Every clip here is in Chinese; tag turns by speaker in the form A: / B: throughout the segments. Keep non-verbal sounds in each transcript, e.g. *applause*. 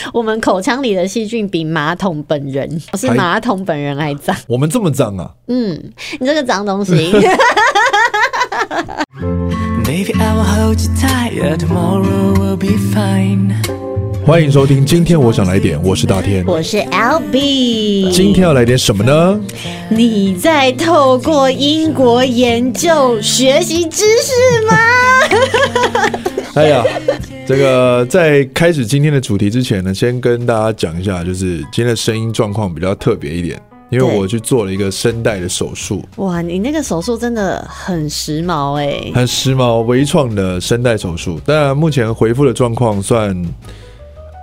A: *laughs* 我们口腔里的细菌比马桶本人是
B: 还
A: 马桶本人还脏。
B: 我们这么脏啊？
A: 嗯，你这个脏东
B: *laughs*
A: 西。
C: Baby, I will hold you tight. Yeah, tomorrow will be fine.
B: 欢迎收听，今天我想来点，我是大天。
A: 我是 L B，
B: 今天要来点什么呢？
A: 你在透过英国研究学习知识吗？
B: 哎呀，这个在开始今天的主题之前呢，先跟大家讲一下，就是今天的声音状况比较特别一点，因为
A: 对
B: 我去做了一个声带的手术，
A: 哇，你那个手术真的很时髦哎、
B: 很时髦微创的声带手术。但目前恢复的状况算，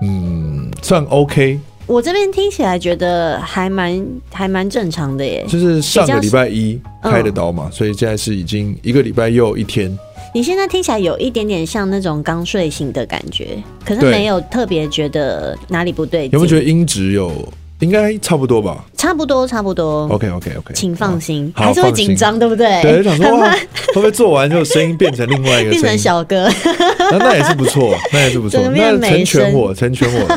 B: 嗯，算 OK，
A: 我这边听起来觉得还蛮还蛮正常的耶。
B: 就是上个礼拜一
A: 嗯
B: 开的刀嘛，所以现在是已经一个礼拜又一天。
A: 你现在听起来有一点点像那种刚睡醒的感觉，可是
B: 对
A: 没有特别觉得哪里不对劲。
B: 有没有觉得音质有应该差不多吧
A: 差不多差不多
B: ？OK OK OK，
A: 哦请放心，
B: 好
A: 还是会
B: 放心
A: 紧张，对不 *laughs* 对？
B: 对，就想说哇，会不会做完就声音变成另外一个
A: 变
B: 声
A: 成
B: 音？
A: 小哥， *laughs*
B: 那那也是不错，那也是不错
A: 整个，变
B: 那
A: 美
B: 成全
A: 声
B: 我，成全
A: *laughs*
B: 我。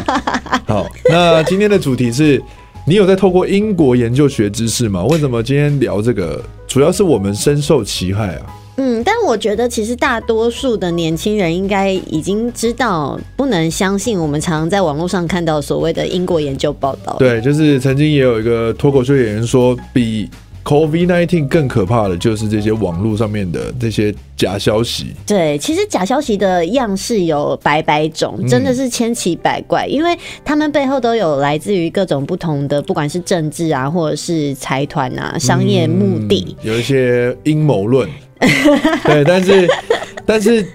B: 好，那今天的主题是。你有在透过英国研究学知识吗？为什么今天聊这个？主要是我们深受其害啊。
A: 嗯，但我觉得其实大多数的年轻人应该已经知道，不能相信我们常常在网络上看到所谓的英国研究报道。，
B: 对，就是曾经也有一个脱口秀演员说，比 COVID-19 更可怕的就是这些网络上面的这些假消息。
A: 对，其实假消息的样式有百百
B: 嗯
A: 种，真的是千奇百怪，因为他们背后都有来自于各种不同的，不管是政治啊，或者是财团啊、商业目的。
B: 嗯有一些阴谋论。 *laughs* 对，但是 *laughs* 但是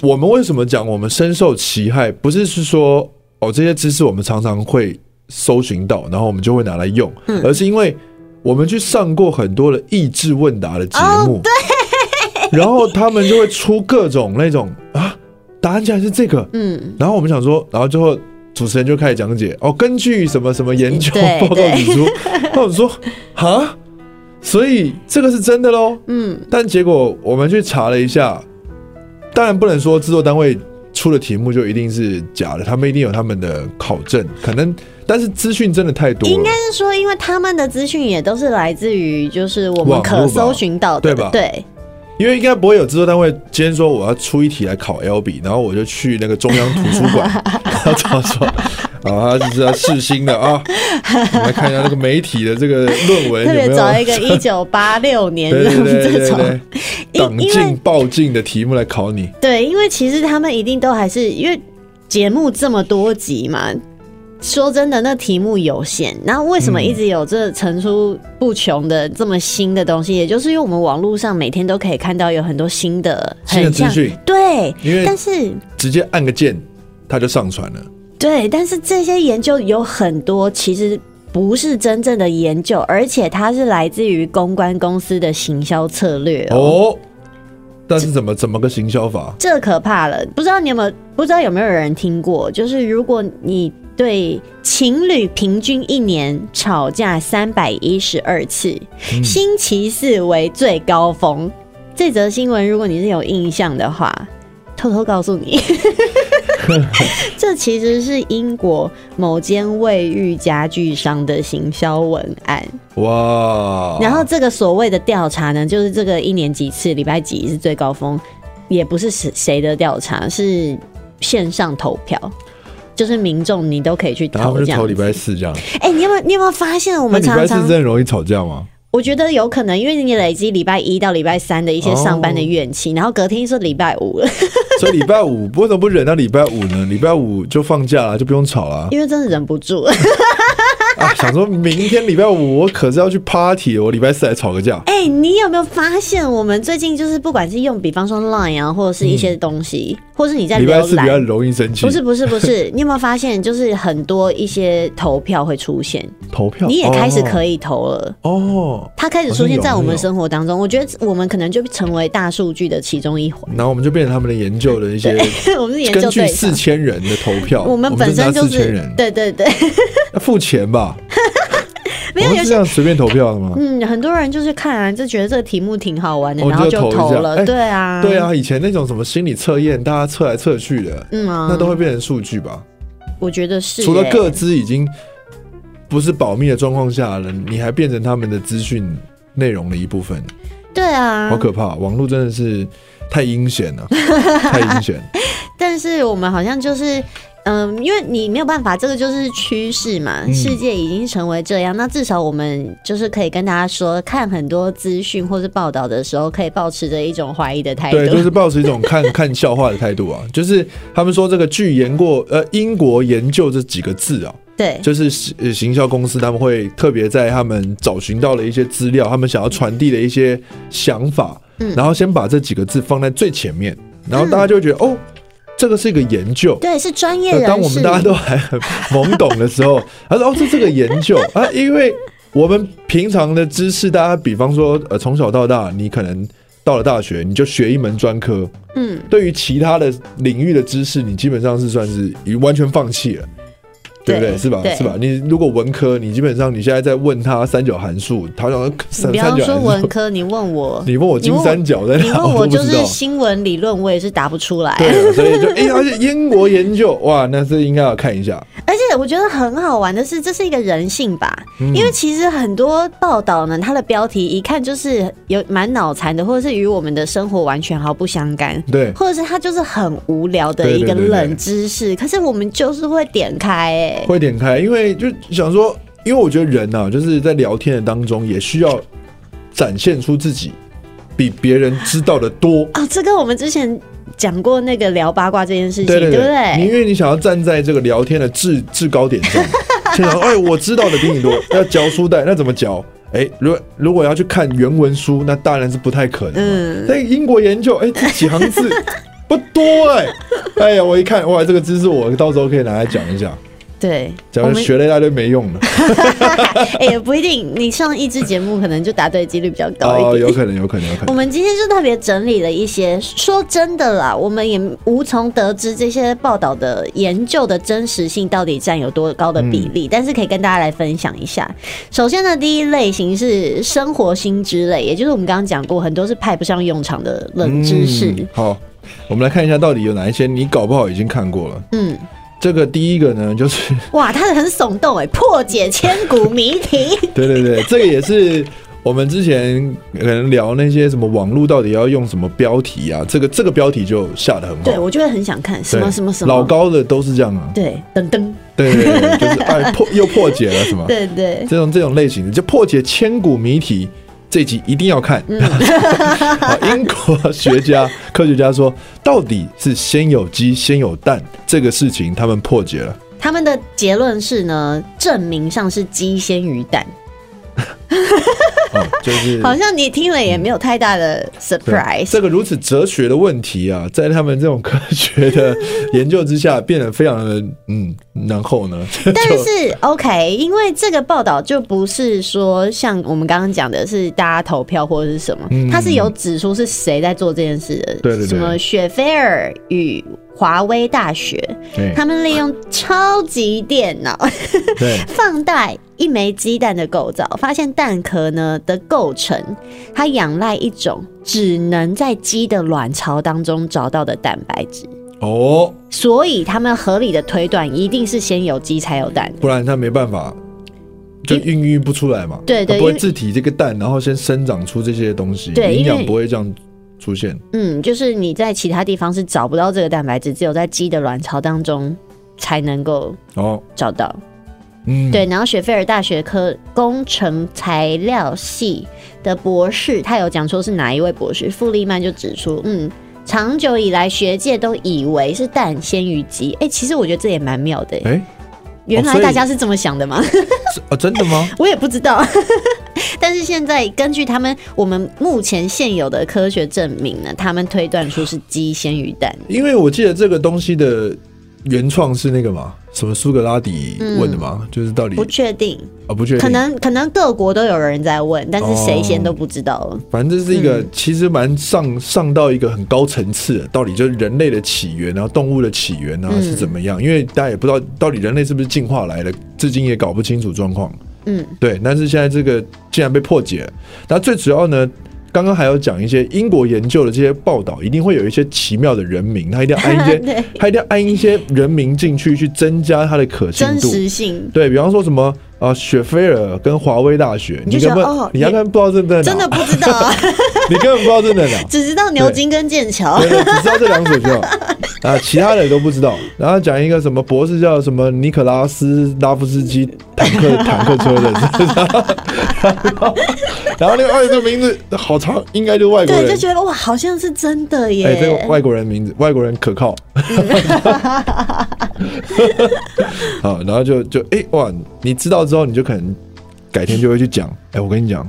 B: 我们为什么讲我们深受其害？不是是说哦这些知识我们常常会搜寻到，然后我们就会拿来用，
A: 嗯
B: 而是因为我们去上过很多的益智问答的节目，
A: 哦
B: 对，然后他们就会出各种那种啊答案竟然是这个，
A: 嗯，
B: 然后我们想说，然后最后主持人就开始讲解哦，根据什么什么研究
A: *laughs* 对
B: 报告指出，那我们说哈，所以这个是真的喽。
A: 嗯，
B: 但结果我们去查了一下，当然不能说制作单位出的题目就一定是假的，他们一定有他们的考证，可能但是资讯真的太多
A: 应
B: 了
A: 该。是说，因为他们的资讯也都是来自于就是我
B: 网
A: 们
B: 络
A: 可
B: 吧
A: 搜寻到的，
B: 对吧
A: 对，
B: 因为应该不会有制作单位今天说我要出一题来考 L B，然后我就去那个中央图书
A: *laughs*
B: 馆，然后找说啊，这是要试新的啊，我们来看一下那个媒体的这个论文
A: 特
B: 哎有没
A: 别找一
B: 有。 *laughs*
A: 个一九八六年
B: 对
A: 这
B: 对
A: 种
B: 对
A: 这
B: 对
A: 种
B: 对，，党
A: 因因为
B: 禁报禁的题目来考你，
A: 对，因为其实他们一定都还是因为节目这么多集嘛。说真的，那题目有限，那为什么一直有这层出不穷的这么新的东西？也就是因为我们网络上每天都可以看到有很多新的、
B: 新的
A: 很像
B: 资讯
A: 对，
B: 因为
A: 但是
B: 直接按个键，它就上传了。
A: 对，但是这些研究有很多其实不是真正的研究，而且它是来自于公关公司的行销策略哦。
B: 哦，但是怎么怎么个行销法？
A: 这可怕了，不知道你有没有，不知道有没有人听过？就是如果你对情侣平均一年吵架三百一十二次，星期四为最高峰。这则新闻，如果你是有印象的话，偷偷告诉你，这其实是英国某间卫浴家具商的行销文案。
B: 哇！
A: 然后这个所谓的调查呢，就是这个一年几次，礼拜几是最高峰，也不是谁谁的调查，是线上投票，就是民众你都可以去
B: 然后
A: 投
B: 我们
A: 这
B: 就
A: 样
B: 投礼
A: 子。
B: 拜四这样。
A: 哎、你有没有你有没有发现我
B: 那
A: 们
B: 礼拜
A: 常
B: 四
A: 常
B: 真的容易吵架吗？
A: 我觉得有可能，因为你累积礼拜一到礼拜三的一些上班的
B: 哦
A: 怨气，然后隔天是礼拜五了，
B: *laughs* 所以礼拜五为什么不忍到礼拜五呢？礼拜五就放假了，就不用吵了
A: 因为真的忍不住。
B: *laughs* 啊！想说明天礼拜五我可是要去 party，我礼拜四来吵个架。
A: 哎、你有没有发现我们最近就是不管是用，比方说 Line 啊，或者是一些东西，或是你在
B: 嗯礼
A: 浏
B: 拜四比
A: 览
B: 较容易生气，
A: 不是不是不
B: *laughs*
A: 是，你有没有发现，就是很多一些投票会出现，
B: 投票，
A: 你也开始可
B: 以
A: 以投了。
B: 哦。
A: 它开始出现在我
B: 好像有
A: 们
B: 有
A: 生活当中，我觉得我们可能就成为大数据的其中一环。 *laughs*
B: 然后我们就变成他们的研究的一 *laughs* 些，
A: 我们是研究
B: 根据
A: 对
B: 四
A: 象，
B: 千人的投票，
A: 我们本身就
B: 四千
A: 是
B: 人，
A: 对对对，
B: 要付钱吧？
A: 没有
B: 我
A: 有
B: 们是
A: 些
B: 这样随便投票的吗？
A: 嗯，很多人就是看啊，就觉得这个题目挺好玩的，
B: 哦
A: 然后
B: 就投一
A: 投
B: 下
A: 了。
B: 哎
A: 对啊，
B: 对，啊，以前那种什么心理测验，大家测来测去的，
A: 嗯啊，
B: 那都会变成数据吧？
A: 我觉得是、欸。
B: 除了各自已经不是保密的状况下了，你还变成他们的资讯内容的一部分，
A: 对啊，
B: 好可怕！网络真的是太阴险了，太阴险。
A: 但是我们好像就是。嗯，因为你没有办法，这个就是趋势嘛，
B: 嗯
A: 世界已经成为这样。那至少我们就是可以跟大家说，看很多资讯或是报道的时候，可以保持着一种怀疑的态度。
B: 对，就是抱持一种看 *laughs* 看笑话的态度啊。就是他们说这个据研过呃英国研究这几个字啊，
A: 对
B: 就是行呃行销公司他们会特别在他们找寻到了一些资料，他们想要传递的一些想法，然后先把这几个字放在最前面，然后大家就会觉得、哦，这个是一个研究。
A: 对，是专业
B: 那
A: 人士。
B: 当我们大家都还很懵懂的
A: *laughs*
B: 时候，他说：“哦，这这个研究啊，因为我们平常的知识，大家比方说，呃，从小到大，你可能到了大学，你就学一门专科，
A: 嗯，
B: 对于其他的领域的知识，你基本上是算是已完全放弃了。”对不对？
A: 对
B: 是吧
A: 对？
B: 是吧？你如果文科，你基本上你现在在问他三角函数，他想
A: 你
B: 三
A: 不
B: 三
A: 要
B: 角
A: 说
B: 函
A: 文
B: 数，
A: 科，你问我，
B: 你问我金三角在
A: 你
B: 哪，
A: 问我
B: 我都
A: 就
B: 不知
A: 是
B: 道。
A: 新闻理论，我也是答不出来。
B: 对，所以就哎，而且英国研究哇，那是应该要看一下。
A: 而且我觉得很好玩的是，这是一个人性吧，
B: 嗯
A: 因为其实很多报道呢，它的标题一看就是有蛮脑残的，或者是与我们的生活完全毫不相干。
B: 对，
A: 或者是它就是很无聊的
B: 对对
A: 一个
B: 对对
A: 冷知识，可是我们就是会点开、哎，
B: 会点开，因为就想说，因为我觉得人呐、啊，就是在聊天的当中也需要展现出自己比别人知道的多。
A: 啊、这跟我们之前讲过那个聊八卦这件事情，
B: 对对
A: 不
B: 你因
A: 对？
B: 为你想要站在这个聊天的制制高点上，就想说哎，我知道的比你多，要嚼书袋，那怎么嚼？哎，如果如果要去看原文书，那当然是不太可能。嗯
A: 嗯，
B: 但英国研究，哎，这几行字不多哎、哎呀，我一看，哇，这个知识我到时候可以拿来讲一下，
A: 对，
B: 讲
A: 我
B: 了
A: 们
B: 学了一大堆没用的。
A: *laughs* 哎也、不一定，你上一支节目可能就答对几率比较高一点。
B: 哦，有可能，有可能，有可
A: 我
B: 能。
A: 们今天就特别整理了一些，说真的啦，我们也无从得知这些报道的研究的真实性到底占有多高的比例，
B: 嗯
A: 但是可以跟大家来分享一下。首先呢，第一类型是生活新知类，也就是我们刚刚讲过，很多是派不上用场的冷知识。
B: 嗯好，我们来看一下到底有哪一些你搞不好已经看过了。
A: 嗯
B: 这个第一个呢， *laughs* 就是
A: 哇，它的很耸动哎，破解千古谜题。
B: *laughs* 对对对，这个也是我们之前可能聊那些什么网络到底要用什么标题啊，这个这个标题就下的很好。
A: 对，我就会很想看什么
B: 对
A: 什么什么。
B: 老高的都是这样啊。
A: 对，噔噔，
B: 对对对，对就是哎破又破解了什么？
A: 对对。
B: 这种这种类型的，就破解千古谜题。这集一定要看。
A: 嗯
B: *laughs* 好英国学家、科学家说，到底是先有鸡先有蛋这个事情，他们破解了。
A: 他们的结论是呢，证明上是鸡先于蛋，
B: 哦，就是
A: *laughs*
B: 嗯
A: 好像你听了也没有太大的
B: 对啊
A: surprise。
B: 这个如此哲学的问题啊，在他们这种科学的研究之下，变得非常的嗯，然后
A: *laughs*
B: 呢，
A: 但
B: 就是
A: OK，因为这个报道就不是说像我们刚刚讲的是大家投票或者是什么，
B: 嗯
A: 它是有指出是谁在做这件事的，
B: 对对对
A: 什么雪菲尔与华威大学，
B: 对
A: 他们利用超级电脑
B: 对
A: 放大一枚鸡蛋的构造，发现蛋壳呢的构成，它仰赖一种只能在鸡的卵巢当中找到的蛋白质。
B: 哦，
A: 所以他们合理的推断，一定是先有鸡才有蛋。
B: 不然他没办法，就孕育不出来嘛。
A: 对对
B: 他不会
A: 因为
B: 自体这个蛋，然后先生长出这些东西，
A: 对
B: 营
A: 因
B: 养
A: 为
B: 不会这样出现。
A: 嗯，就是你在其他地方是找不到这个蛋白质，只有在鸡的卵巢当中才能够
B: 哦，
A: 找到。
B: 嗯，
A: 对，然后雪菲尔大学科工程材料系的博士，他有讲说是哪一位博士，傅利曼就指出，嗯。长久以来，学界都以为是蛋先于鸡。哎、其实我觉得这也蛮妙的、
B: 哎、
A: 原来
B: 所以
A: 大家是这么想的吗？
B: 是哦，真的
A: *laughs*
B: 吗？
A: 我也不知道。但是现在根据他们我们目前现有的科学证明呢，他们推断出是鸡先于蛋。
B: 因为我记得这个东西的原创是那个嘛，什么苏格拉底问的嘛，就是到底
A: 不确定，
B: 啊不确定，
A: 嗯可能可能各国都有人在问，但是谁先
B: 哦
A: 都不知道了。
B: 反正这是一个
A: 嗯
B: 其实蛮上上到一个很高层次的道理，就是人类的起源，然后动物的起源
A: 嗯
B: 啊是怎么样？因为大家也不知道到底人类是不是进化来的，至今也搞不清楚状况。
A: 嗯，
B: 对。但是现在这个竟然被破解了，那最主要呢，刚刚刚还有讲一些英国研究的这些报道，一定会有一些奇妙的人名，他一
A: *laughs*
B: 定要按一些
A: 对，
B: 他一定要按一些人名进去，去增加它的可信
A: 真
B: 度。
A: 实性
B: 对比方说什么啊，雪菲尔跟华威大学，
A: 你就
B: 你根本、
A: 觉得哦
B: 你根本不知道这在哪，
A: 真的不知道
B: *laughs*
A: 啊，
B: 你根本不知道
A: *laughs*
B: 这在哪。
A: 只知道牛津跟剑桥
B: 对，对，只知道这两所学校啊，其他的都不知道。然后讲一个什么博士叫什么尼可拉斯拉夫斯基坦
A: *laughs*
B: 克坦克车的， *laughs* 是不是然后然后那个哎，这名字好长，应该就是外国
A: 对，就
B: 人。
A: 觉得哇，好像是真的耶。
B: 哎、这 *laughs* 个外国人名字，外国人可靠。好，然后就就哎、哇，你知道之后，你就可能改天就会去讲。哎、我跟你讲，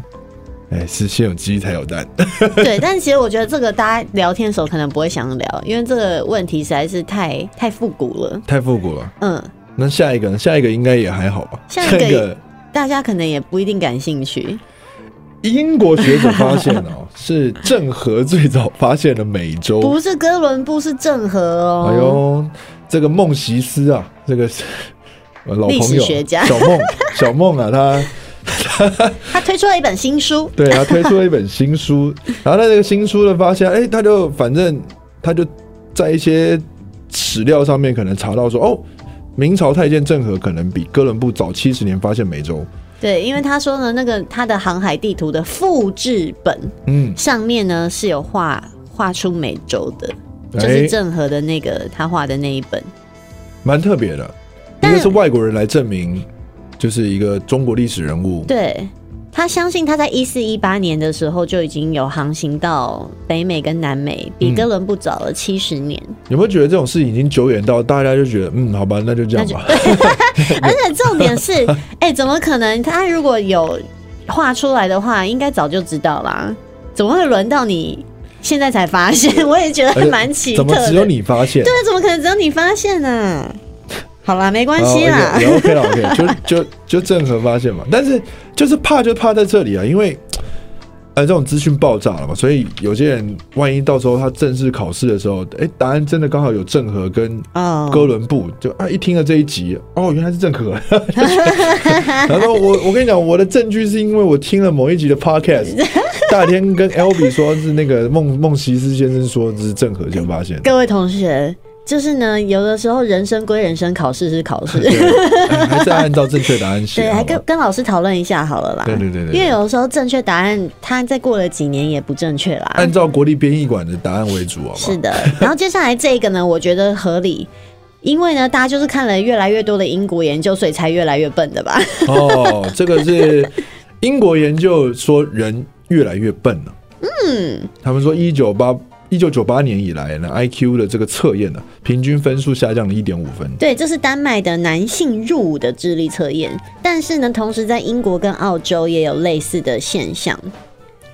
B: 哎、是先有鸡才有蛋。
A: *laughs* 对，但其实我觉得这个大家聊天的时候可能不会想聊，因为这个问题实在是太太复古了。
B: 太复古了。
A: 嗯，
B: 那下一个呢？下一个应该也还好吧？
A: 下一个大家可能也不一定感兴趣。
B: 英国学者发现
A: *laughs*
B: 哦，是郑和最早发现了美洲。
A: 不是哥伦布，是郑和哦。
B: 哎呦，这个梦西斯啊，
A: *laughs*
B: 这个是呃老
A: 历
B: 朋
A: 史
B: 友
A: 学家 *laughs*
B: 小梦，小梦啊，他
A: 他推出了一本新书，
B: 对他推出了一本
A: *laughs*
B: 新书，然后他这个新书呢，发现，哎、他就反正他就在一些史料上面可能查到说，哦，明朝太监郑和可能比哥伦布早七十年发现美洲。
A: 对，因为他说呢，那个他的航海地图的复制本
B: 嗯，
A: 上面呢是有画画出美洲的，就
B: 哎
A: 是郑和的那个他画的那一本。
B: 蛮特别的，一
A: 但
B: 个是外国人来证明，就是一个中国历史人物。
A: 对他相信他在一四一八年的时候就已经有航行到北美跟南美，
B: 嗯
A: 比哥伦布早了七十年。
B: 有没有觉得这种事情已经久远到大家就觉得，嗯，好吧，那就这样吧。 *laughs*
A: 而且重点是，哎、怎么可能？他如果有画出来的话，应该早就知道啦，怎么会轮到你现在才发
B: 哎
A: 现？我也觉
B: 而
A: 得
B: 且
A: 蛮奇特
B: *laughs* 哎怎么
A: 的。
B: 只有你发现？
A: 对，啊怎么可能只有你发现呢、好啦，没关
B: 哦
A: 系啦。
B: 也也 OK 了，OK，就 *laughs* 就就郑和发现嘛。但是就是怕就怕在这里啊，因为呃这种资讯爆炸了嘛，所以有些人万一到时候他正式考试的时候，哎、答案真的刚好有郑和跟
A: 哦
B: 哥伦布就啊，一听了这一集，哦，原来是郑和。 *laughs* 然后我我跟你讲，我的证据是因为我听了某一集的
A: *laughs*
B: podcast，大天跟 L B 说是那个孟孟西斯先生说是郑和先发现。
A: 各位同学，就是呢，有的时候人生归人生，考试是考
B: *laughs*
A: 试。
B: 对，哎还是按照正确答案
A: *laughs*
B: 写。
A: 对，
B: 好
A: 还
B: 吗
A: 跟跟老师讨论一下好了啦。
B: 对对对对对
A: 因为有啊的时候正确答案，它再过了几年也不正确啦
B: 按。照国立编译馆的答案为主，好不
A: 是
B: 好？
A: 的。然后接下来这个呢，我觉得合理，因为呢，大家就是看了越来越多的英国研究，所以才越来越笨的吧？ *laughs*
B: 哦，这个是英国研究说人越来越笨了。嗯，他们说一九八一九九八年以来呢，IQ 的这个测验呢，平均分数下降了一点五分。
A: 对，这是丹麦的男性入伍的智力测验，但是呢，同时在英国跟澳洲也有类似的现象。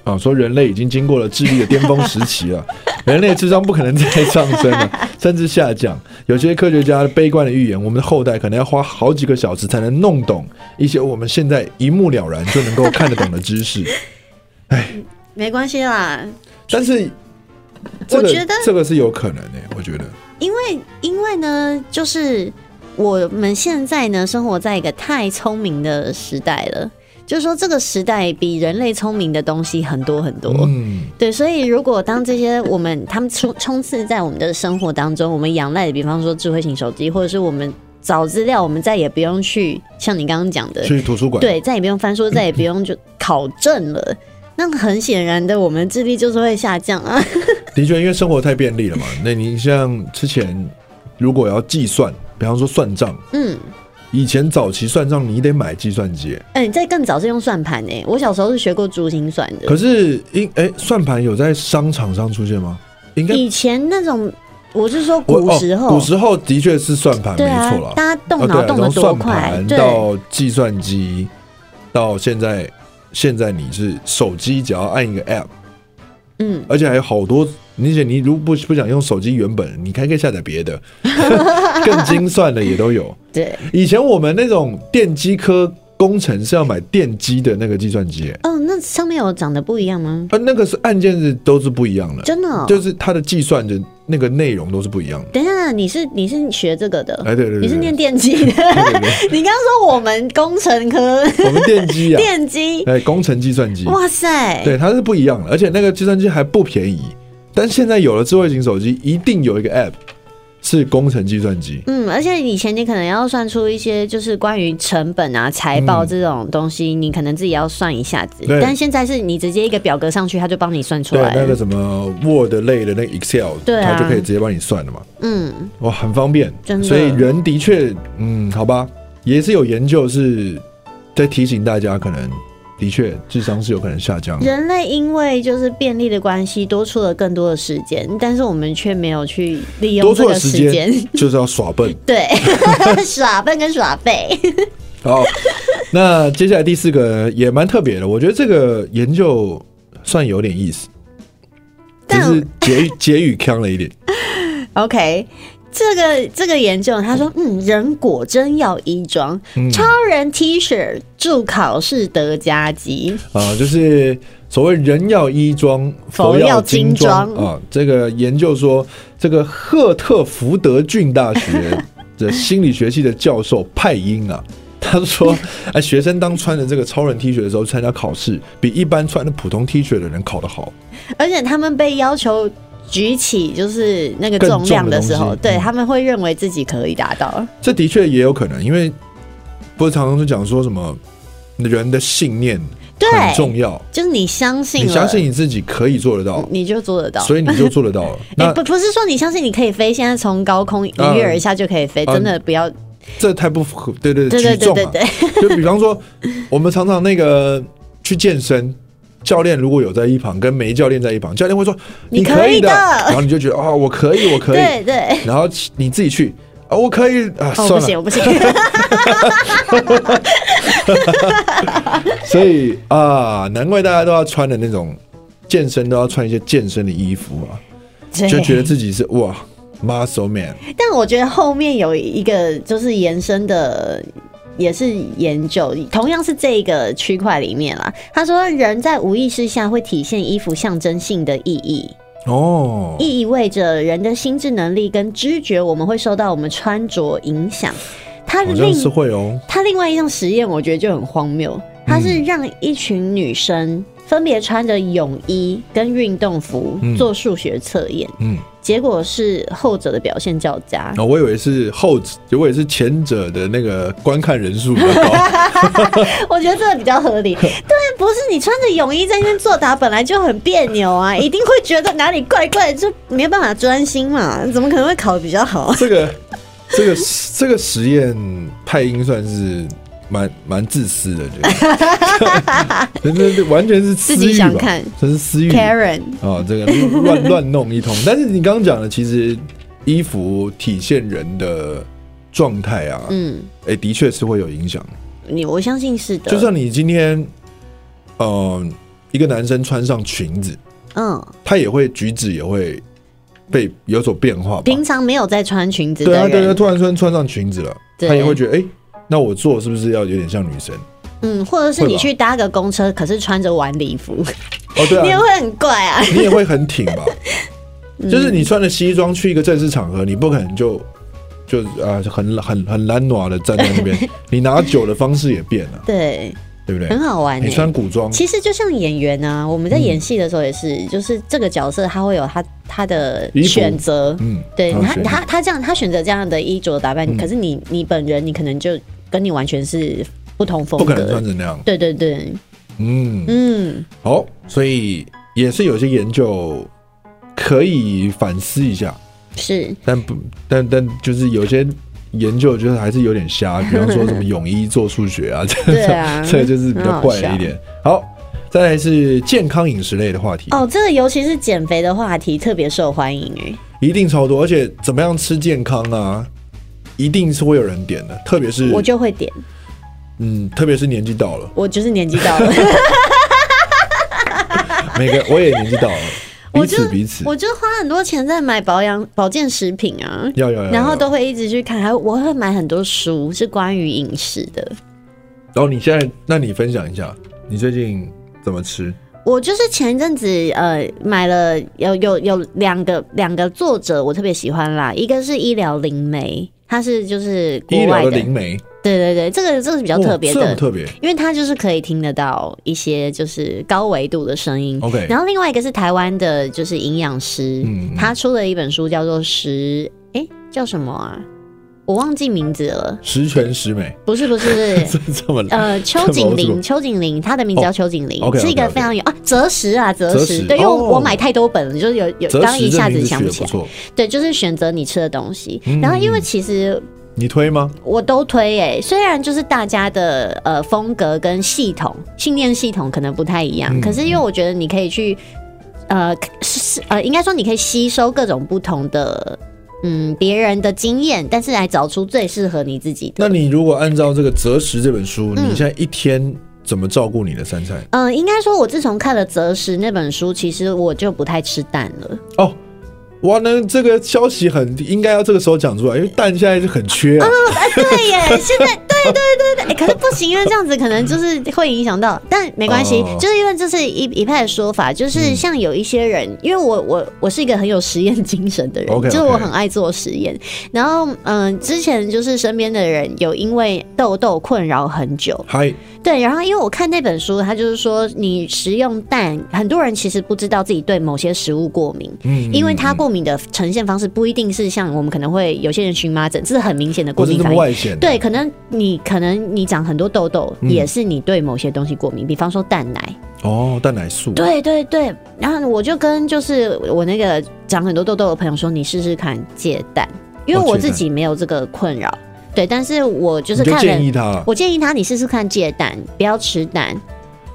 B: 啊，说人类已经经过了智力的巅峰时期了， *laughs* 人类智商不可能再上升了，甚至下降。有些科学家悲观的预言，我们的后代可能要花好几个小时才能弄懂一些我们现在一目了然就能够看得懂的知识。
A: 没关系啦，
B: 但是，这个
A: 我觉得
B: 这个是有可能的、我觉得
A: 因为因为呢，就是我们现在呢生活在一个太聪明的时代了，就是说这个时代比人类聪明的东西很多很多。
B: 嗯，
A: 对，所以如果当这些我们他们充充斥在我们的生活当中，我们仰赖的，比方说智慧型手机，或者是我们找资料，我们再也不用去像你刚刚讲的，
B: 去图书馆，
A: 对，再也不用翻书，再也不用
B: *laughs*
A: 就考证了。那很显然的，我们智力就是会下降啊。
B: 的确，因为生活太便利
A: *laughs*
B: 了嘛。那你像之前如果要计算，比方说算账，
A: 嗯，
B: 以前早期算账你得买计算机，
A: 哎、你在更早是用算盘哎、我小时候是学过珠心算的。
B: 可是因哎、算盘有在商场上出现吗？应该
A: 以前那种，我是说
B: 我
A: 古
B: 哦
A: 时候，
B: 古时候的确是算盘，
A: 对
B: 没
A: 啊
B: 错，啦。
A: 大家动
B: 啊
A: 脑
B: 对啊
A: 动得
B: 从
A: 多
B: 算
A: 快
B: 盘，
A: 对
B: 到计算机，到现在现在你是手机只要按一个 app。
A: 嗯，
B: 而且还有好多，而且你如果不不想用手机原本，你还可以下载别的， *laughs* 更精算的也都有。
A: 对，
B: 以前我们那种电机科工程是要买电机的那个计算机，呃
A: 哦，那上面有长得不一样吗？
B: 啊，那个是按键是都是不一样的，
A: 真的、哦，
B: 就是它的计算的那个内容都是不一样
A: *laughs*
B: 的。
A: 等一下，你是你是学这个的？
B: 哎对对对对
A: 你是念电机的。 *laughs* 你刚刚说我们工程科
B: 我们电机啊，
A: 电机，
B: 哎，工程计算机，
A: 哇塞，
B: *laughs* 对，它是不一样的，而且那个计算机还不便宜。但现在有了智慧型手机，一定有一个 App 是工程计算机。
A: 嗯，而且以前你可能要算出一些就是关于成本啊、财报这种东西，你可能自己要算一下子
B: 嗯对。
A: 但现在是你直接一个表格上去，他就帮你算出
B: 对
A: 来，
B: 那个
A: 了。
B: 什么 Word 类的那个 Excel，
A: 对啊
B: 它就可以直接帮你算了嘛，
A: 嗯，
B: 哇，很方便。
A: 真的
B: 所以人的确，嗯，好吧，也是有研究是在提醒大家，可能的确智商是有可能下降的。
A: 人类因为就是便利的关系，多出了更多的时间，但是我们却没有去利用
B: 多
A: 这
B: 出的
A: 个
B: 时
A: 时间 *laughs*
B: 间。就是要耍笨。
A: 对， *laughs* 耍笨跟耍废。
B: 好， *laughs* 那接下来第四个也蛮特别的，我觉得这个研究算有点意思，只
A: 但
B: 是结
A: *laughs*
B: 语结语呛了一点。
A: OK，这个这个研究他说，嗯，人果真要衣装，
B: 嗯
A: 超人 T 恤祝考试得加急。
B: 啊，就是所谓人要衣装，
A: 佛
B: 佛要
A: 要
B: 金
A: 金
B: 装
A: 装
B: 啊。这个研究说，这个赫特福德郡大学的心理学系的教授派因啊， *laughs* 他说，哎，学生当穿着这个超人 T 恤的时候参加考试，比一般穿的普通 T 恤的人考得好。
A: 而且他们被要求举起就是那个
B: 更
A: 重量的时
B: 重的
A: 候，
B: 东西
A: 对
B: 嗯
A: 他们会认为自己可以达到。
B: 这的确也有可能，因为不是常常就讲说什么人的信念
A: 对，
B: 很重要，
A: 就是你相信
B: 你
A: 了，
B: 相信你自己可以做得到，
A: 你就做得到。
B: 所以你就做得到
A: *laughs*
B: 了。
A: 哎、
B: 那
A: 不不是说你相信你可以飞，现在从高空一跃而下就可以飞，
B: 嗯
A: 真的不要。
B: 这太不符合，对对
A: 对对对
B: 举重
A: 对
B: 嘛，
A: 对，
B: 就比方说，我们常常那个去健身，教练如果有在一旁，跟没教练在一旁，教练会说
A: 你
B: 可
A: 可以的
B: 的，然后你就觉得啊、我可以，我可以，
A: *laughs* 对对。
B: 然后你自己去啊，我可以啊，
A: 哦，我不行，我不
B: 算了，*laughs*
A: 行。
B: *laughs* 所以啊，难怪大家都要穿的那种健身都要穿一些健身的衣服啊，就觉得
A: 对，
B: 自己是哇 muscle man，
A: 但我觉得后面有一个就是延伸的。也是研究，同样是这个区块里面啦。他说，人在无意识下会体现衣服象征性的意义。
B: 哦，
A: 意味着人的心智能力跟知觉，我们会受到我们穿着影响。它
B: 好像是
A: 另
B: 会哦，
A: 它另外一项实验，我觉得就很荒谬。它是让一群女生分别穿着泳衣跟运动服
B: 嗯
A: 做数学测验，
B: 嗯，
A: 结果是后者的表现较佳。
B: 啊，我以为是后，我以为是前者的那个观看人数比较高。
A: *laughs* 我觉得这个比较合
B: *laughs*
A: 理。对，啊不是你穿着泳衣在那边作答，本来就很别扭
B: *laughs*
A: 啊，一定会觉得哪里怪怪，就没办法专心嘛，怎么可能会考得比较好？
B: 这个这个这个实验派因算是蛮蛮自私的，觉得，
A: *laughs*
B: *laughs* 真的是完全是私欲吧
A: 自己想看，
B: 这是私欲
A: Karen，
B: 哦，这个乱乱弄一通。但是你刚刚讲的，其实衣服体现人的状态啊，哎、
A: 嗯。
B: 的确是会有影响。
A: 你我相信是的，
B: 就算你今天，嗯、一个男生穿上裙子，
A: 嗯，
B: 他也会举止也会被有所变化吧。
A: 平常没有在穿裙子的
B: 对啊，
A: 人，
B: 对啊，突然穿穿上裙子了，
A: 对
B: 他也会觉得，哎、那我做是不是要有点像女生？
A: 嗯，或者是
B: 会
A: 你
B: 吧
A: 去搭个公车，可是穿着晚礼服，
B: 哦，
A: *laughs*
B: 对
A: 你也
B: 啊，
A: 会很怪啊。
B: *laughs* 你也会很挺吧？
A: 嗯
B: 就是你穿着西装去一个正式场合，你不可能就就啊、很很很懒暖的站在
A: *laughs*
B: 那边，你拿酒的方式也变了，
A: 对，
B: 对不对
A: 很？好玩、
B: 你
A: 欸
B: 穿。古装，
A: 其实就像演员啊，我们在演戏的时候也是，就是这个角色他会有他他的
B: 嗯衣服
A: 选择，
B: 嗯，
A: 对
B: 好
A: 他
B: 选嗯
A: 他他这样他选择这样的衣着打扮，可是你你本人你可能就跟你完全是不同风
B: 不
A: 格
B: 可能穿成那样，
A: 对对对，
B: 嗯，
A: 嗯，
B: 好，所以也是有些研究可以反思一下。
A: 是
B: 但不，但但就是有些研究就是还是有
A: *laughs*
B: 点瞎，比方说什么泳衣做数学啊，这
A: 对啊
B: *laughs* 这就是比较怪了一点。好，再来是健康饮食类的话题，
A: 哦，这个尤其是减肥的话题特别受欢迎哎。
B: 一定超多，而且怎么样吃健康啊，一定是会有人点的，特别是
A: 我就会点，
B: 嗯，特别是年纪到了，
A: 我就是年纪到了，
B: *laughs* 每个我也年纪到了，彼
A: *laughs* 我就
B: 此彼此，
A: 我就花很多钱在买保养保健食品啊，
B: 要要要，
A: 然后
B: 要
A: 都会一直去看，还有我会买很多书是关于饮食的。
B: 哦然后你现在，那你分享一下你最近怎么吃？
A: 我就是前阵子呃买了有有有两个两个作者我特别喜欢啦，一个是医疗灵媒，它是就是
B: 医
A: 国
B: 疗
A: 外
B: 的
A: 的，
B: 灵媒，
A: 对对对，这个这个是比较
B: 哇
A: 特别
B: 这很
A: 的，
B: 特别。
A: 因为它就是可以听得到一些就是高维度的声音。
B: OK
A: 然后另外一个是台湾的，就是营养师，
B: 嗯
A: 他出了一本书叫做《十》，诶，叫什么啊？我忘记名字了。
B: 十全十美，
A: 不是不是，
B: *laughs*
A: 不是
B: 这么
A: 呃，邱景
B: 这么
A: 玲，邱景玲，她的名字叫邱景玲，
B: 哦，OK，OK，OK
A: 是一个非常有啊择时啊择
B: 择
A: 时，
B: 时
A: 对，因为我
B: 哦
A: 我买太多本了，就是有有刚
B: 择
A: 刚
B: 时
A: 一
B: 这
A: 下
B: 名
A: 子
B: 字
A: 想
B: 取
A: 不
B: 得
A: 起
B: 不
A: 来，
B: 错，
A: 对，就是选择你吃的东西。
B: 嗯
A: 然后因为其实
B: 你推吗？
A: 我都推诶、虽然就是大家的呃风格跟系统、信念系统可能不太一样，
B: 嗯
A: 可是因为我觉得你可以去呃是呃，应该说你可以吸收各种不同的嗯别人的经验，但是来找出最适合你自己的。
B: 那你如果按照这个《择食》这本书，
A: 嗯
B: 你现在一天怎么照顾你的三餐？
A: 嗯、应该说，我自从看了《择食》那本书，其实我就不太吃蛋
B: *laughs*
A: 了。
B: 哦，哇，那这个消息很应该要这个时候讲出来，因为蛋现在是很缺啊。
A: 对耶，现在对对对对、
B: *laughs*
A: 哎可是不行，因为这样子可能就是会影响到，但没关系，
B: 哦嗯
A: 就是因为这是一一派的说法，就是像有一些人，因为我我我是一个很有实验精神的人
B: OK，OK
A: 就是我很爱做实验，然后嗯、之前就是身边的人有因为痘痘困扰很久，
B: 嗨，
A: 对，然后因为我看那本书，它就是说你食用蛋，很多人其实不知道自己对某些食物过敏，
B: 嗯
A: 因为它过敏的呈现方式不一定是像我们可能会有些人荨麻疹，这是很明显的过
B: 不是
A: 敏
B: 这
A: 反
B: 么
A: 应。
B: 外显，
A: 对，，可能你可能你长很多痘痘，
B: 嗯
A: 也是你对某些东西过敏，比方说蛋奶。
B: 哦，蛋奶素，
A: 对对对，然后我就跟就是我那个长很多痘痘的朋友说，你试试看戒蛋，因为
B: 哦戒
A: 我
B: 蛋
A: 自己没有这个困扰。对，但是我就
B: 你
A: 是
B: 就
A: 看了
B: 建议他
A: 我建议他你试试看戒蛋，不要吃蛋。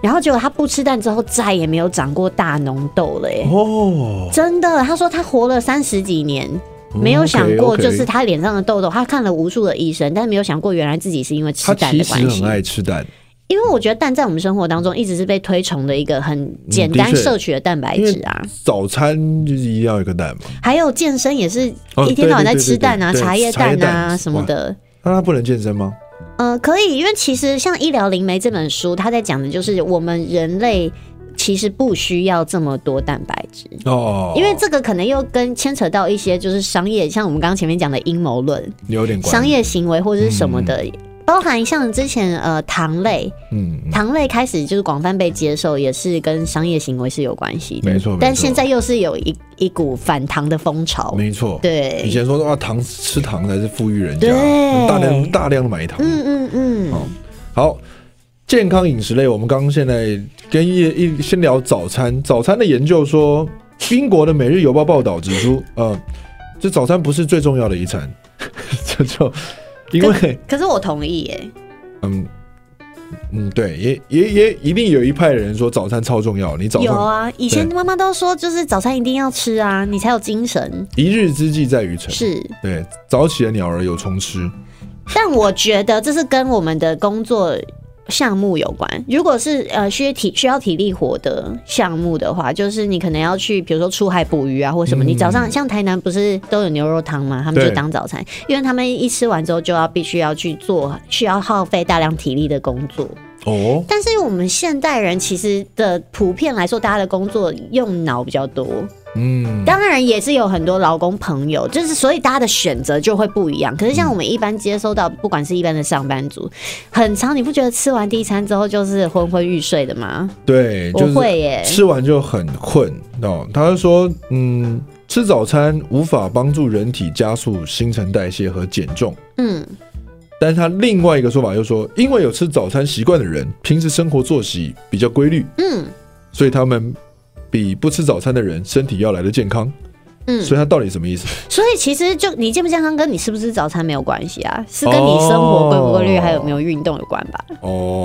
A: 然后结果他不吃蛋之后，再也没有长过大脓痘了耶！
B: 哦，
A: 真的，他说他活了三十几年，没有想
B: 哦
A: 过就是他脸上的痘痘，他看了无数的医生，但是没有想过原来自己是因为吃
B: 他
A: 蛋
B: 其
A: 的
B: 实
A: 关系
B: 很。爱吃蛋，
A: 因为我觉得蛋在我们生活当中一直是被推崇的一个很简单
B: 的确
A: 摄取的蛋白
B: 因为
A: 质啊，
B: 早餐就是一定要有一个蛋嘛，
A: 还有健身也是
B: 哦
A: 一天到晚在
B: 对对对
A: 吃蛋啊、
B: 对对
A: 茶叶
B: 茶叶
A: 蛋啊
B: 蛋
A: 什么
B: 哇
A: 的。
B: 那他不能健身吗？
A: 呃，可以，因为其实像《医疗灵媒》这本书，它在讲的就是我们人类其实不需要这么多蛋白质，
B: 哦，
A: 因为这个可能又跟牵扯到一些就是商业，像我们刚刚前面讲的阴谋论、
B: 有点关
A: 商，业行为或者是什么的。包含像之前呃糖类，
B: 嗯，嗯
A: 糖类开始就是广泛被接受，也是跟商业行为是有关系的。
B: 没错没
A: 但
B: 错
A: 现在又是有一一股反糖的风潮。
B: 没错，。
A: 对，
B: 以前说的话，糖吃糖才是富裕人家，
A: 对
B: 大量大量买糖。
A: 嗯嗯嗯，
B: 哦好，健康饮食类，我们刚刚现在跟一一先聊早餐。早餐的研究说，英国的《每日邮报》报道指出，呃，这早餐不是最重要的一餐， *laughs* 这就因为
A: 可是我同意耶、
B: 嗯嗯，对，也也也一定有一派人说早餐超重要，你早
A: 有
B: 上
A: 啊，以前妈妈都说，就是早餐一定要吃啊，你才有精神。
B: 一日之计在于晨。
A: 是，
B: 对，早起的鸟儿有虫吃。
A: 但我觉得这是跟我们的工作项目有关。如果是呃需要体需要体力活的项目的话，就是你可能要去，比如说出海捕鱼啊，或什么。
B: 嗯
A: 你早上像台南不是都有牛肉汤吗？他们就
B: 对
A: 当早餐，因为他们一吃完之后就要必须要去做，需要耗费大量体力的工作。
B: 哦，
A: 但是我们现代人其实的普遍来说，大家的工作用脑比较多。
B: 嗯，
A: 当然也是有很多劳工朋友，就是所以大家的选择就会不一样。可是
B: 嗯
A: 像我们一般接收到，不管是一般的上班族，很长，你不觉得吃完第一餐之后就是昏昏欲睡的吗？
B: 对，就是
A: 我会耶，
B: 吃完就很困哦。他就说，嗯，吃早餐无法帮助人体加速新陈代谢和减重，
A: 嗯，
B: 但是他另外一个说法又说，因为有吃早餐习惯的人，平时生活作息比较规律，
A: 嗯，
B: 所以他们比不吃早餐的人身体要来的健康。
A: 嗯
B: 所以他到底什么意思？
A: 所以其实就你健不健康跟你吃不吃早餐没有关系啊，是跟你生活规不规律
B: 哦
A: 还有没有运动有关吧？
B: 哦，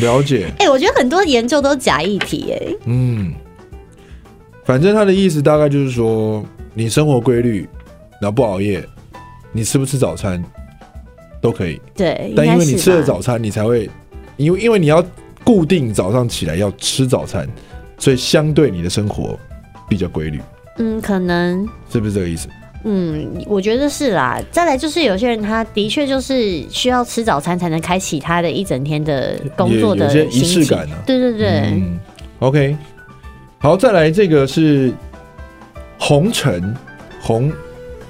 B: 了解，
A: 哎、我觉得很多研究都假议题、哎，
B: 嗯，反正他的意思大概就是说，你生活规律，然后不熬夜，你吃不吃早餐都可以。
A: 对，应
B: 但因
A: 该
B: 为你
A: 是
B: 吃了
A: 吧
B: 早餐，你才会，因为因为你要固定早上起来要吃早餐，所以相对你的生活比较规律，
A: 嗯，可能
B: 是不是这个意思？
A: 嗯，我觉得是啦。再来就是有些人他的确就是需要吃早餐才能开启他的一整天的工作
B: 也
A: 的
B: 哎有些仪
A: 心
B: 式
A: 情
B: 感啊
A: 对对对，
B: 嗯， OK，好，再来这个是红尘，红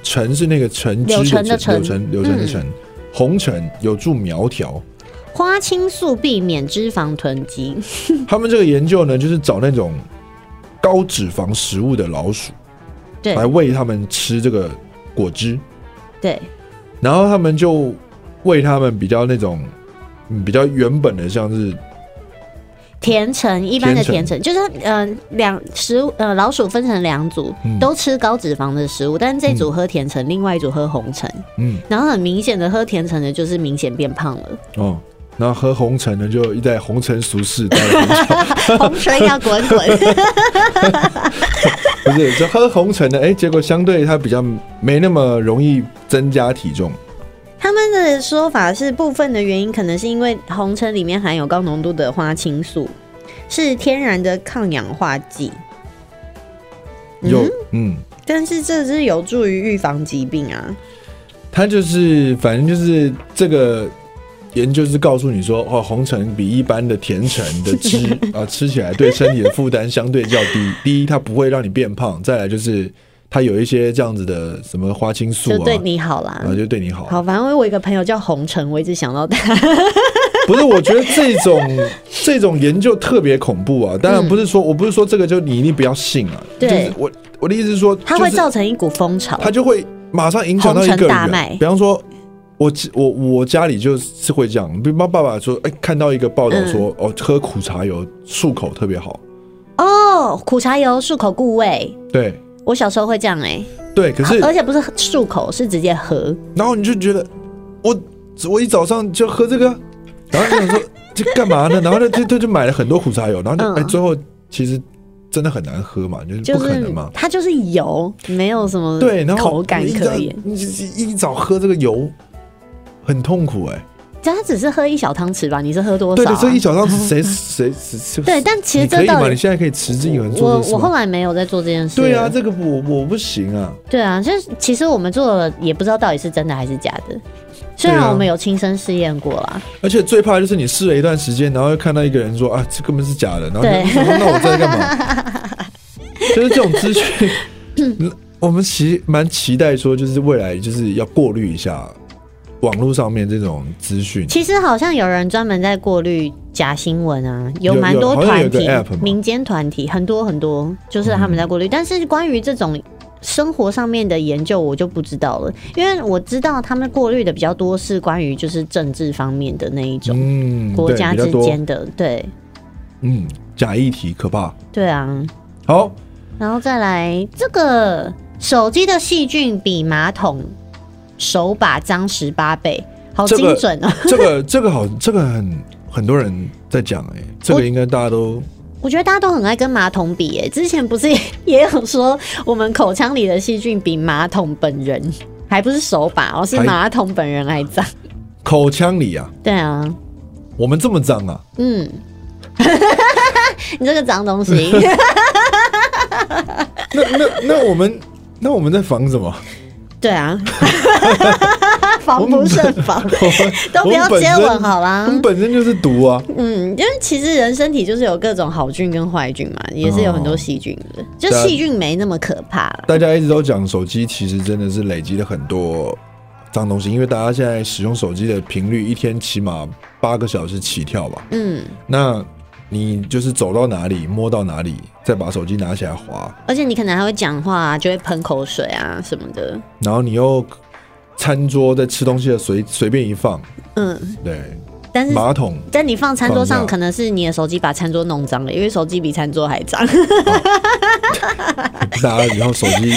B: 尘是那个橙汁
A: 柳橙的橙嗯
B: 柳橙柳橙的橙，红尘有助苗条。
A: 花青素避免脂肪囤积，
B: 他们这个研究呢，就是找那种高脂肪食物的老鼠
A: 对
B: 来喂它们吃这个果汁，
A: 对，
B: 然后他们就喂它们比较那种嗯比较原本的，像是
A: 甜橙一般的
B: 甜
A: 甜橙就是呃两食物呃老鼠分成两组，
B: 嗯
A: 都吃高脂肪的食物，但是这组喝甜橙，另外一组喝红橙，
B: 嗯
A: 然后很明显的喝甜橙的就是明显变胖了，
B: 哦，然后喝红橙呢就一在红橙俗世待了很久，
A: 红唇要滚滚，
B: *laughs*
A: *laughs*
B: 不是，就喝红橙的，哎、结果相对它比较没那么容易增加体重。
A: 他们的说法是，部分的原因可能是因为红橙里面含有高浓度的花青素，是天然的抗氧化剂，
B: 有，嗯，
A: 但是这是有助于预防疾病啊。
B: 它就是反正就是这个研究是告诉你说，哦，红橙比一般的甜橙
A: *laughs*
B: 的汁啊、吃起来对身体的负担相对较低。第一，它不会让你变胖；再来就是它有一些这样子的什么花青素
A: 就
B: 啊，
A: 对你好啦
B: 然。后就对你好。啊
A: 好，反正我有一个朋友叫红尘，我一直想
B: *laughs*
A: 到他。
B: 不是，我觉得这
A: *laughs*
B: 种这种研究特别恐怖啊！当然不是说，我不是说这个就你一定不要信啊。
A: 对
B: 就是我我的意思是说，
A: 他会
B: 就是
A: 造成一股风潮。
B: 它就会马上影响到一
A: 红
B: 个
A: 尘大
B: 人
A: 卖。
B: 比方说，我我我家里就是会这样，比方爸爸说，哎、看到一个报道说，
A: 嗯
B: 哦，喝苦茶油漱口特别好，
A: 哦，苦茶油漱口固胃，
B: 对
A: 我小时候会这样哎、
B: 对，可是
A: 而且不是漱口，是直接喝。
B: 然后你就觉得，我我一早上就喝这个，然后就想说这干嘛呢？然后就就就就买了很多苦茶油，然后就
A: 嗯
B: 哎、最后其实真的很难喝嘛，就是
A: 就
B: 不可
A: 是
B: 能嘛。
A: 它就是油，没有什么
B: 对，然后
A: 口感
B: 你一
A: 可
B: 早
A: 言。
B: 你一早喝这个油很痛苦哎、
A: 就他只是喝一小汤匙吧？你是喝多
B: 对
A: 少、
B: 对，
A: 啊？
B: 这一小
A: *laughs*
B: 张谁谁谁谁？
A: 对但其实
B: 你可
A: 这
B: 以
A: 到
B: 吗？
A: 底
B: 你现在可以持之以恒
A: 我
B: 做这个事
A: 我后
B: 吗？
A: 来没有在做这件事。
B: 对啊，，这个我我不行啊。
A: 对啊，就是其实我们做了也不知道到底是真的还是假的。虽
B: 对
A: 然
B: 啊
A: 我们有亲身试验过啦，
B: 而且最怕就是你试了一段时间，然后又看到一个人说啊，这根本是假的，然后
A: 对
B: 你就说那我在干嘛？
A: *laughs*
B: 就是这种资讯，嗯我们其蛮期待说，就是未来就是要过滤一下网络上面这种资讯。
A: 其实好像有人专门在过滤假新闻啊，有
B: 有
A: 蛮多
B: 好像有
A: 团
B: 个
A: 体
B: app 嘛、嗯
A: 民间团体很多很多，就是他们在过滤。但是关于这种生活上面的研究，我就不知道了，因为我知道他们过滤的比较多是关于就是政治方面的那一种、
B: 嗯，
A: 国
B: 对
A: 家
B: 比较
A: 之
B: 多
A: 间的，对
B: 嗯，假议题可怕。
A: 对啊。
B: 好，
A: 然后再来这个手机的细菌比马桶手把脏十八倍，好
B: 这
A: 精
B: 个
A: 准哦！ *laughs*
B: 这个这个好，这个很很多人在讲哎、这
A: 我
B: 个应该大家都
A: 我觉得大家都很爱跟马桶比耶，之前不是也也有说我们口腔里的细菌比马桶本人，还不是手把哦，是
B: 还
A: 马桶本人还脏。
B: 口腔里啊，
A: 对啊，
B: 我们这么脏啊，
A: 嗯，你这个脏东
B: *laughs*
A: 西，
B: 那那那我们那我们在防
A: *laughs*
B: 什么？
A: 对啊，
B: *laughs*
A: 防不胜防，都
B: 我
A: 不
B: 们
A: 要
B: 本
A: 接
B: 身
A: 吻好啦
B: 我。们本身就是毒啊，
A: 嗯，因为其实人身体就是有各种好菌跟坏菌嘛，也是有很多细菌的，就
B: 对啊
A: 细菌没那么可怕啦。
B: 大家一直都讲手机其实真的是累积了很多脏东西，因为大家现在使用手机的频率一天起码八个小时起跳吧，
A: 嗯，
B: 那你就是走到哪里摸到哪里，再把手机拿起来滑，
A: 而且你可能还会讲话、啊，就会喷口水啊什么的。
B: 然后你又餐桌在吃东西的随随便一放，
A: 嗯，
B: 对，
A: 但是
B: 马桶
A: 但你放餐桌
B: 放
A: 上，
B: 下
A: 可能是你的手机把餐桌弄脏了，因为手机比餐桌还脏。
B: 大家以后手机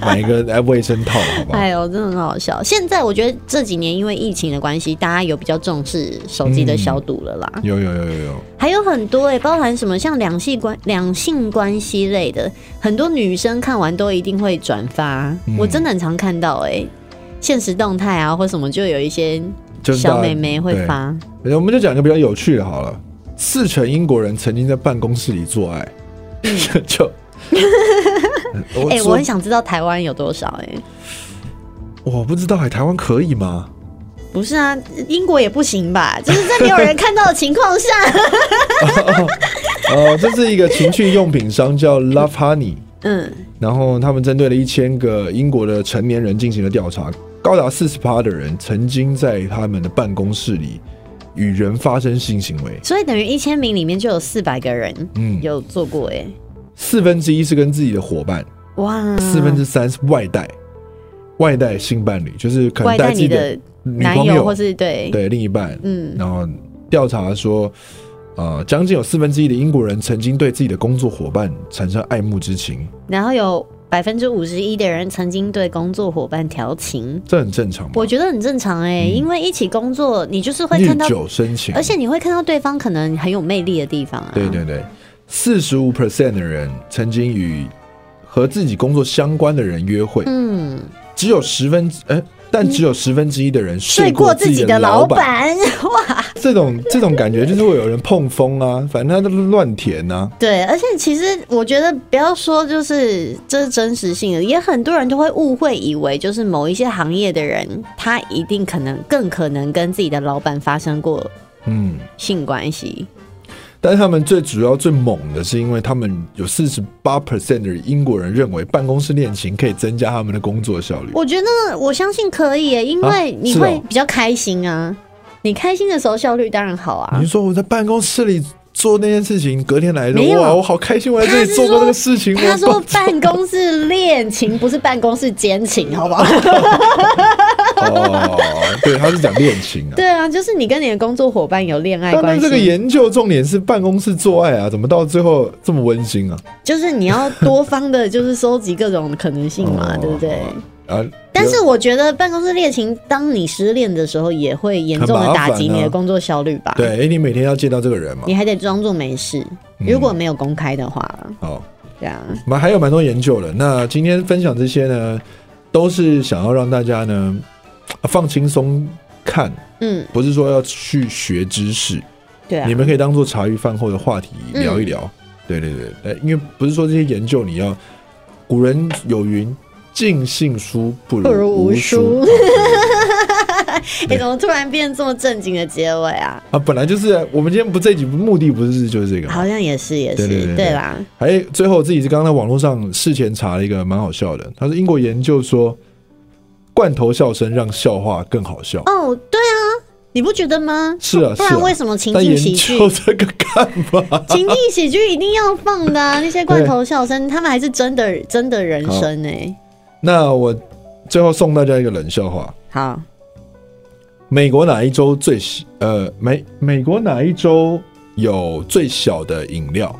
B: 买一个 *laughs* 哎卫生套，好不
A: *laughs*
B: 好？
A: 哎呦，真的很好笑。现在我觉得这几年因为疫情的关系，大家有比较重视手机的消毒了啦。
B: 有有有有有，
A: 还有很多哎、包含什么像两性关两性关系类的，很多女生看完都一定会转发，
B: 嗯
A: 我真的很常看到哎、现实动态啊或什么，就有一些
B: 就是大
A: 小美眉会。发。
B: 对我们就讲一个比较有趣的好了。四成英国人曾经在办公室里做爱， *laughs* 就我
A: 嗯 *laughs* 哎、
B: 说
A: 我很想知道台湾有多少哎、
B: 我不知道，哎，台湾可以吗？
A: 不是
B: *laughs*
A: 啊，英国也不行吧？就是在没有人看到的情况下，
B: 呃，这是一个情趣用品商叫 Love Honey，
A: 嗯，
B: 然后他们针对了一千个英国的成年人进行了调查，高达四十趴的人曾经在他们的办公室里与人发生性行为，
A: 所以等于一千名里面就有四百个人，
B: 嗯
A: 有做过哎、
B: 四分之一是跟自己的伙伴，
A: 哇，
B: 四分之三是外带，外带性伴侣就是可能
A: 外
B: 带
A: 带
B: 自己
A: 你
B: 的
A: 的
B: 女
A: 男
B: 朋
A: 友
B: 友
A: 或是对，
B: 对另一半，
A: 嗯
B: 然后调查说，呃，将近有四分之一的英国人曾经对自己的工作伙伴产生爱慕之情，
A: 然后有百分之五十一的人曾经对工作伙伴调情，
B: 这很正常嘛？
A: 我觉得很正常哎、因为一起工作，你就是会
B: 日
A: 看到，
B: 久生情，
A: 而且你会看到对方可能很有魅力的地方啊。
B: 对对对，四十五 percent 的人曾经与和自己工作相关的人约会，
A: 嗯，
B: 只有十分哎、但只有十分之一的人睡
A: 睡过
B: 自
A: 自己
B: 的
A: 的老
B: 板，
A: 板，哇，
B: 这种这种感觉就是会有人碰风啊，反正他都乱填啊呐、
A: *laughs* 对，而且其实我觉得不要说就是这是真实性的，也很多人都会误会以为就是某一些行业的人，他一定可能更可能跟自己的老板发生过
B: 嗯。
A: 性关系。
B: 但是他们最主要、最猛的是，因为他们有四十八 percent 的英国人认为办公室恋情可以增加他们的工作效率。
A: 我觉得我相信可以耶，因为
B: 啊
A: 你
B: 是哦
A: 会比较开心啊。你开心的时候效率当然好啊
B: 你。说我在办公室里做那件事情，隔天来的
A: 没有
B: 哇，我好开心，我在这里做过那个事情。
A: 他
B: 我
A: 说办公室 *laughs* 恋情不是办公室奸情，好不
B: *laughs*
A: 好？
B: 哦，对，他是讲恋情啊。
A: 对啊，就是你跟你的工作伙伴有恋爱
B: 但
A: 关
B: 那这个
A: 系，
B: 研究重点是办公室做爱啊，怎么到最后这么温馨啊？
A: 就是你要多方的，就是收集各种可能性嘛，
B: 哦
A: 对不对？
B: 啊，
A: 但是我觉得办公室恋情，当你失恋的时候，也会严重的打击
B: 很麻烦啊
A: 你的工作效率吧？
B: 对，，哎你每天要见到这个人嘛
A: 你。还得装作没事。如果没有公开的话，
B: 好，
A: 对啊，
B: 蛮哦还有蛮多研究的。那今天分享这些呢，都是想要让大家呢啊放轻松看，
A: 嗯，
B: 不是说要去学知识，
A: 对啊，嗯
B: 你们可以当做茶余饭后的话题聊一聊。对对对，呃因为不是说这些研究你要，古人有云。尽信书不
A: 不如
B: 如
A: 无
B: 无
A: 书
B: 书，
A: *laughs* 哎、怎么突然变这么正经的结尾啊？
B: 啊，本来就是我们今天不这集目的不是就是这个嘛，
A: 好像也是，也是，
B: 对对对对
A: 啦，
B: 还最后自己是刚刚在网络上事前查了一个蛮好笑的，他说英国研究说，罐头笑声让笑话更好笑。
A: 哦，对啊，你不觉得吗？
B: 是啊
A: 不
B: 是
A: 然
B: 啊
A: 为什么情
B: 但
A: 境
B: 研
A: 喜剧？
B: 究啊这个 *laughs* 干嘛？
A: 情境喜剧一定要放的、啊，那些罐头笑声，他们还是真的真的人生哎、
B: 那我最后送大家一个冷笑话：
A: 好，
B: 美国哪一州最喜呃美美国哪一州有最小的饮料？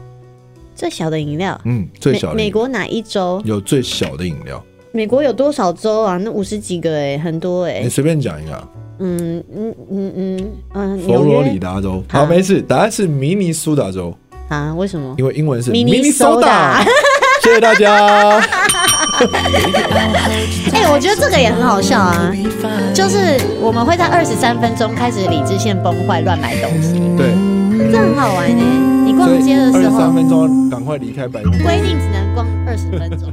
A: 最小的饮料，
B: 嗯，最小的
A: 美
B: 饮
A: 美国哪一州？
B: 有最小的饮料，
A: 美国有多少州啊？那五十几个哎、很多哎、
B: 你随便讲一个啊。
A: 嗯嗯嗯嗯嗯，
B: 佛
A: 纽
B: 罗里
A: 约
B: 达州，
A: 好
B: 好，没事，答案是明尼苏达州，
A: 啊？为什么？
B: 因为英文是
A: Minnesota
B: Minnesota。谢谢
A: *laughs*
B: 大家。
A: 哎、我觉得这个也很好笑啊。就是我们会在二十三分钟开始理智线崩坏，乱买东西，
B: 对。
A: 这很好玩欸呢、你
B: 所
A: 逛
B: 以
A: 街的时
B: 23
A: 候，
B: 分钟赶快离开白宫。
A: 规定只能逛二十分钟。